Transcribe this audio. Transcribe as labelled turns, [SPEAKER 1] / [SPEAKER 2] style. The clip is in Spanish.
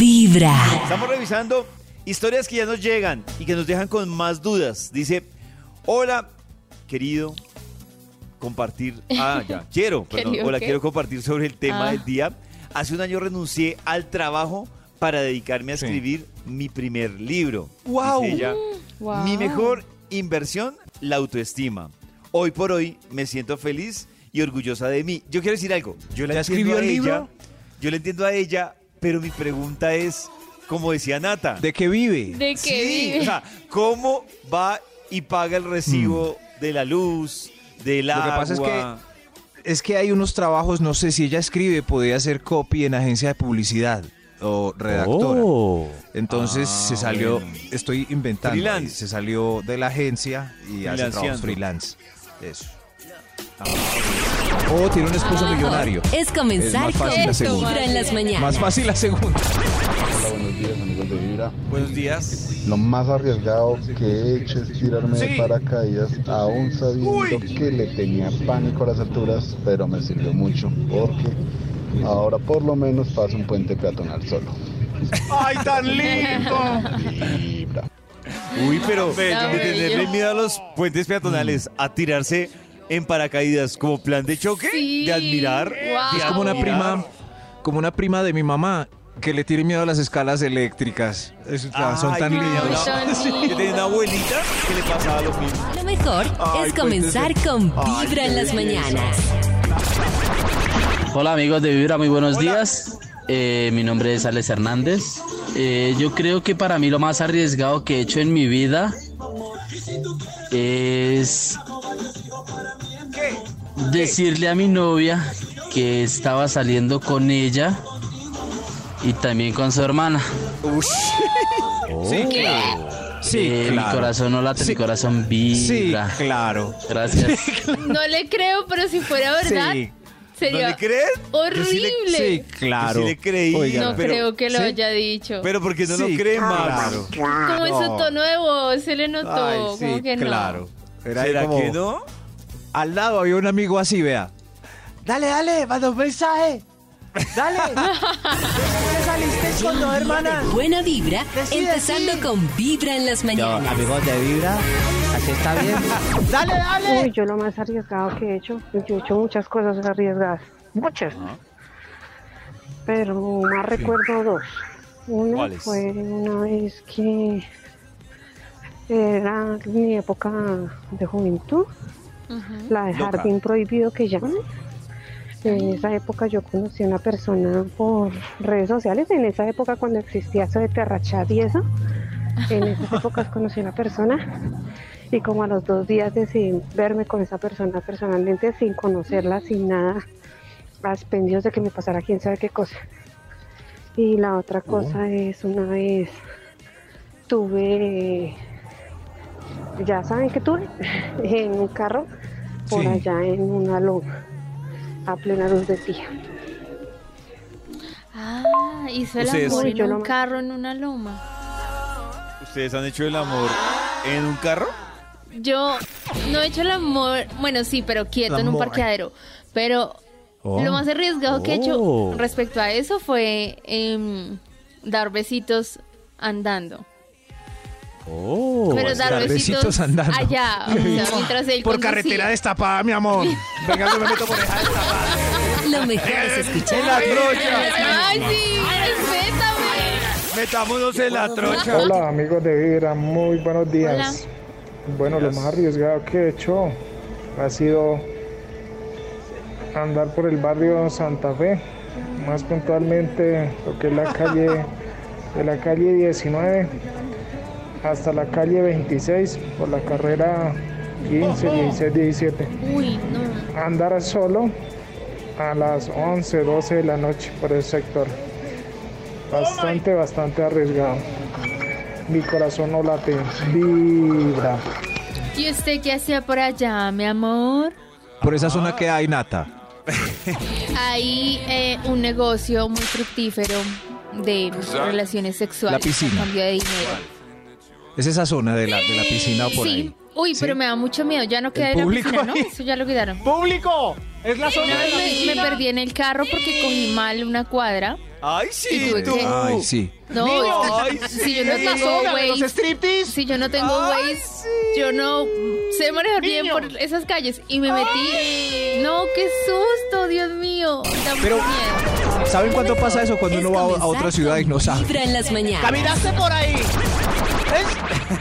[SPEAKER 1] Vibra.
[SPEAKER 2] Estamos revisando historias que ya nos llegan y que nos dejan con más dudas. Dice, hola, querido compartir. Ah, ya, quiero, perdón.
[SPEAKER 3] Querido,
[SPEAKER 2] Hola,
[SPEAKER 3] ¿qué?
[SPEAKER 2] quiero compartir sobre el tema
[SPEAKER 3] Ah.
[SPEAKER 2] del día. Hace un año renuncié al trabajo para dedicarme a
[SPEAKER 4] Sí.
[SPEAKER 2] escribir mi primer libro.
[SPEAKER 4] ¡Guau!
[SPEAKER 2] Dice ella,
[SPEAKER 3] Guau.
[SPEAKER 2] Mi mejor inversión, la autoestima. Hoy por hoy me siento feliz y orgullosa de mí. Yo quiero decir algo. Yo la
[SPEAKER 4] ¿Ya
[SPEAKER 2] entiendo
[SPEAKER 4] escribió
[SPEAKER 2] a
[SPEAKER 4] el
[SPEAKER 2] ella.
[SPEAKER 4] libro?
[SPEAKER 2] Yo la entiendo a ella, pero mi pregunta es, como decía Nata.
[SPEAKER 4] ¿De qué vive?
[SPEAKER 3] ¿De qué
[SPEAKER 2] Sí,
[SPEAKER 3] vive?
[SPEAKER 2] o sea, ¿cómo va y paga el recibo de la luz, del
[SPEAKER 4] Mm. Lo
[SPEAKER 2] agua?
[SPEAKER 4] que pasa es Es que hay unos trabajos, no sé si ella escribe, podía hacer copy en agencia de publicidad o redactora.
[SPEAKER 5] Oh.
[SPEAKER 4] Entonces
[SPEAKER 2] Ah,
[SPEAKER 4] se salió,
[SPEAKER 2] bueno.
[SPEAKER 4] estoy inventando,
[SPEAKER 2] Freelance.
[SPEAKER 4] ahí, se salió de la agencia y hace trabajos
[SPEAKER 2] Freelanceando.
[SPEAKER 4] freelance. Eso. O tiene un esposo millonario.
[SPEAKER 1] Es comenzar
[SPEAKER 4] Es más fácil
[SPEAKER 1] con
[SPEAKER 4] la segunda.
[SPEAKER 1] Vibra en las mañanas.
[SPEAKER 4] Más fácil la segunda.
[SPEAKER 6] Hola, buenos días amigos de Vibra.
[SPEAKER 4] Buenos días.
[SPEAKER 6] Lo más arriesgado que he hecho es tirarme de paracaídas, aún sabiendo que le tenía pánico a las alturas, pero me sirvió mucho porque ahora por lo menos paso un puente peatonal solo.
[SPEAKER 4] ¡Ay, tan
[SPEAKER 6] Vibra.
[SPEAKER 2] Uy, pero
[SPEAKER 3] Bello.
[SPEAKER 2] de tenerle miedo a los puentes peatonales, a tirarse en paracaídas como plan de choque,
[SPEAKER 3] Sí.
[SPEAKER 2] de admirar.
[SPEAKER 3] Wow.
[SPEAKER 2] de
[SPEAKER 4] Es como una
[SPEAKER 2] admirar.
[SPEAKER 4] prima, como una prima de mi mamá que le tiene miedo a las escalas eléctricas. Es- son
[SPEAKER 2] Ay,
[SPEAKER 4] tan
[SPEAKER 2] yo tenía
[SPEAKER 4] lindas.
[SPEAKER 2] una-
[SPEAKER 3] Tan
[SPEAKER 2] sí, Yo tenía una abuelita que le pasaba lo mismo.
[SPEAKER 1] Lo mejor
[SPEAKER 4] Ay,
[SPEAKER 1] es comenzar
[SPEAKER 4] cuéntese.
[SPEAKER 1] con
[SPEAKER 4] Ay,
[SPEAKER 1] Vibra en
[SPEAKER 4] qué
[SPEAKER 1] las mañanas.
[SPEAKER 7] Hola amigos de Vibra, muy buenos días. Eh, mi nombre es Alex Hernández. Eh, yo creo que para mí lo más arriesgado que he hecho en mi vida es decirle a mi novia que estaba saliendo con ella y también con su hermana.
[SPEAKER 4] Sí, claro. Sí,
[SPEAKER 7] Eh, Mi
[SPEAKER 4] claro.
[SPEAKER 7] corazón no late,
[SPEAKER 4] Sí.
[SPEAKER 7] mi corazón
[SPEAKER 4] Sí,
[SPEAKER 7] vibra.
[SPEAKER 4] claro.
[SPEAKER 7] Gracias.
[SPEAKER 3] No le creo, pero si fuera verdad,
[SPEAKER 4] Sí.
[SPEAKER 2] ¿No
[SPEAKER 3] sería
[SPEAKER 2] le crees?
[SPEAKER 3] horrible.
[SPEAKER 4] Sí,
[SPEAKER 2] Yo
[SPEAKER 4] claro.
[SPEAKER 2] sí le creí,
[SPEAKER 4] Oiga,
[SPEAKER 3] no
[SPEAKER 2] pero-
[SPEAKER 3] creo que lo
[SPEAKER 4] ¿sí?
[SPEAKER 3] haya dicho.
[SPEAKER 2] Pero porque no
[SPEAKER 4] Sí,
[SPEAKER 2] lo creen más.
[SPEAKER 4] claro.
[SPEAKER 3] como en
[SPEAKER 4] no.
[SPEAKER 3] su tono de voz se le notó,
[SPEAKER 4] Ay, sí,
[SPEAKER 3] como que
[SPEAKER 4] claro. Era
[SPEAKER 2] ¿Será
[SPEAKER 4] como-
[SPEAKER 2] que no?
[SPEAKER 4] Al lado había un amigo así, vea. Dale, dale, manda un mensaje. Dale. saliste con dos hermanas?
[SPEAKER 1] Buena vibra,
[SPEAKER 4] Decide
[SPEAKER 1] empezando
[SPEAKER 4] sí.
[SPEAKER 1] con Vibra en las mañanas.
[SPEAKER 4] de vibra, así está bien. dale, dale.
[SPEAKER 8] Uy, yo lo más arriesgado que he hecho, yo he hecho muchas cosas arriesgadas, muchas. Pero más recuerdo dos. Una
[SPEAKER 2] ¿Cuáles?
[SPEAKER 8] fue una vez que era mi época de juventud,
[SPEAKER 3] no. Ujú.
[SPEAKER 8] la de
[SPEAKER 2] Loca.
[SPEAKER 8] jardín prohibido que llaman. En esa época yo conocí a una persona por redes sociales, en esa época cuando existía eso de Terrachat y eso. En esas épocas conocí a una persona y como a los dos días decidí verme con esa persona personalmente sin conocerla, sin nada, a expendios de que me pasara quién sabe qué cosa. Y la otra cosa es una vez tuve, ya saben que tuve, en un carro por
[SPEAKER 4] Sí.
[SPEAKER 8] allá en una loma a plena luz del día.
[SPEAKER 3] Ah, hizo el
[SPEAKER 2] Ustedes-
[SPEAKER 3] amor
[SPEAKER 8] Uy,
[SPEAKER 3] en
[SPEAKER 8] yo
[SPEAKER 3] un
[SPEAKER 8] lo-
[SPEAKER 3] carro en una loma.
[SPEAKER 2] ¿Ustedes han hecho el amor en un carro?
[SPEAKER 3] Yo no he hecho el amor, bueno, sí, pero quieto
[SPEAKER 4] El
[SPEAKER 3] en un
[SPEAKER 4] amor. Oh.
[SPEAKER 3] parqueadero. Pero lo más arriesgado que he hecho respecto a eso fue em, dar besitos andando.
[SPEAKER 5] Oh.
[SPEAKER 3] pero dar
[SPEAKER 4] dar
[SPEAKER 3] besitos,
[SPEAKER 4] besitos andando.
[SPEAKER 3] allá, o sea, mientras él
[SPEAKER 4] Por
[SPEAKER 3] conducía.
[SPEAKER 4] carretera destapada, mi amor. Venga, yo me meto por esa destapada.
[SPEAKER 1] Lo mejor es
[SPEAKER 4] En la
[SPEAKER 1] escuchar
[SPEAKER 4] trocha.
[SPEAKER 3] Ay, sí, respétame.
[SPEAKER 2] Metámonos en la trocha.
[SPEAKER 9] Hola amigos de Vibra, muy buenos días. Bueno, lo
[SPEAKER 2] Días.
[SPEAKER 9] más arriesgado que he hecho ha sido andar por el barrio Santa Fe, más puntualmente lo que es la calle de la calle 19 hasta la calle 26 por la carrera 15, 16, 17.
[SPEAKER 3] Uy, no.
[SPEAKER 9] Andar solo a las 11, 12 de la noche por el sector. Bastante, bastante arriesgado. Mi corazón no late, vibra.
[SPEAKER 3] ¿Y usted qué hacía por allá, mi amor?
[SPEAKER 4] Por esa zona que hay, Nata.
[SPEAKER 3] Hay eh, un negocio muy fructífero de relaciones sexuales.
[SPEAKER 4] La piscina.
[SPEAKER 3] A cambio de dinero.
[SPEAKER 4] Es esa zona de la, de la piscina o Ah, por
[SPEAKER 3] sí.
[SPEAKER 4] ahí.
[SPEAKER 3] Uy, pero
[SPEAKER 4] Sí.
[SPEAKER 3] me da mucho miedo. Ya no queda
[SPEAKER 4] El
[SPEAKER 3] en la
[SPEAKER 4] público
[SPEAKER 3] piscina, ¿no?
[SPEAKER 4] ahí.
[SPEAKER 3] Eso ya lo quitaron.
[SPEAKER 4] ¡Público! Es la
[SPEAKER 3] Una vez me, me perdí en el carro porque cogí mal una cuadra
[SPEAKER 2] ¡Ay, sí!
[SPEAKER 3] ¿Y tú
[SPEAKER 2] tú!
[SPEAKER 3] qué?
[SPEAKER 4] Ay, sí.
[SPEAKER 3] No,
[SPEAKER 2] Niño,
[SPEAKER 3] es-
[SPEAKER 2] ay,
[SPEAKER 3] si yo no
[SPEAKER 2] sí.
[SPEAKER 3] tengo Waze,
[SPEAKER 10] striptease.
[SPEAKER 3] si yo no tengo
[SPEAKER 2] Ay,
[SPEAKER 3] Waze, yo no sé manejar bien
[SPEAKER 10] Niño.
[SPEAKER 3] por esas calles y me metí. No, qué susto, Dios mío. Da mucho
[SPEAKER 4] Pero-
[SPEAKER 3] miedo.
[SPEAKER 4] ¿Saben cuánto pasa eso cuando
[SPEAKER 1] Es
[SPEAKER 4] uno va a- a
[SPEAKER 1] comenzar
[SPEAKER 4] otra ciudad y no
[SPEAKER 1] con
[SPEAKER 4] sabe?
[SPEAKER 1] Vibra en las mañanas.
[SPEAKER 10] Caminaste por ahí. Es-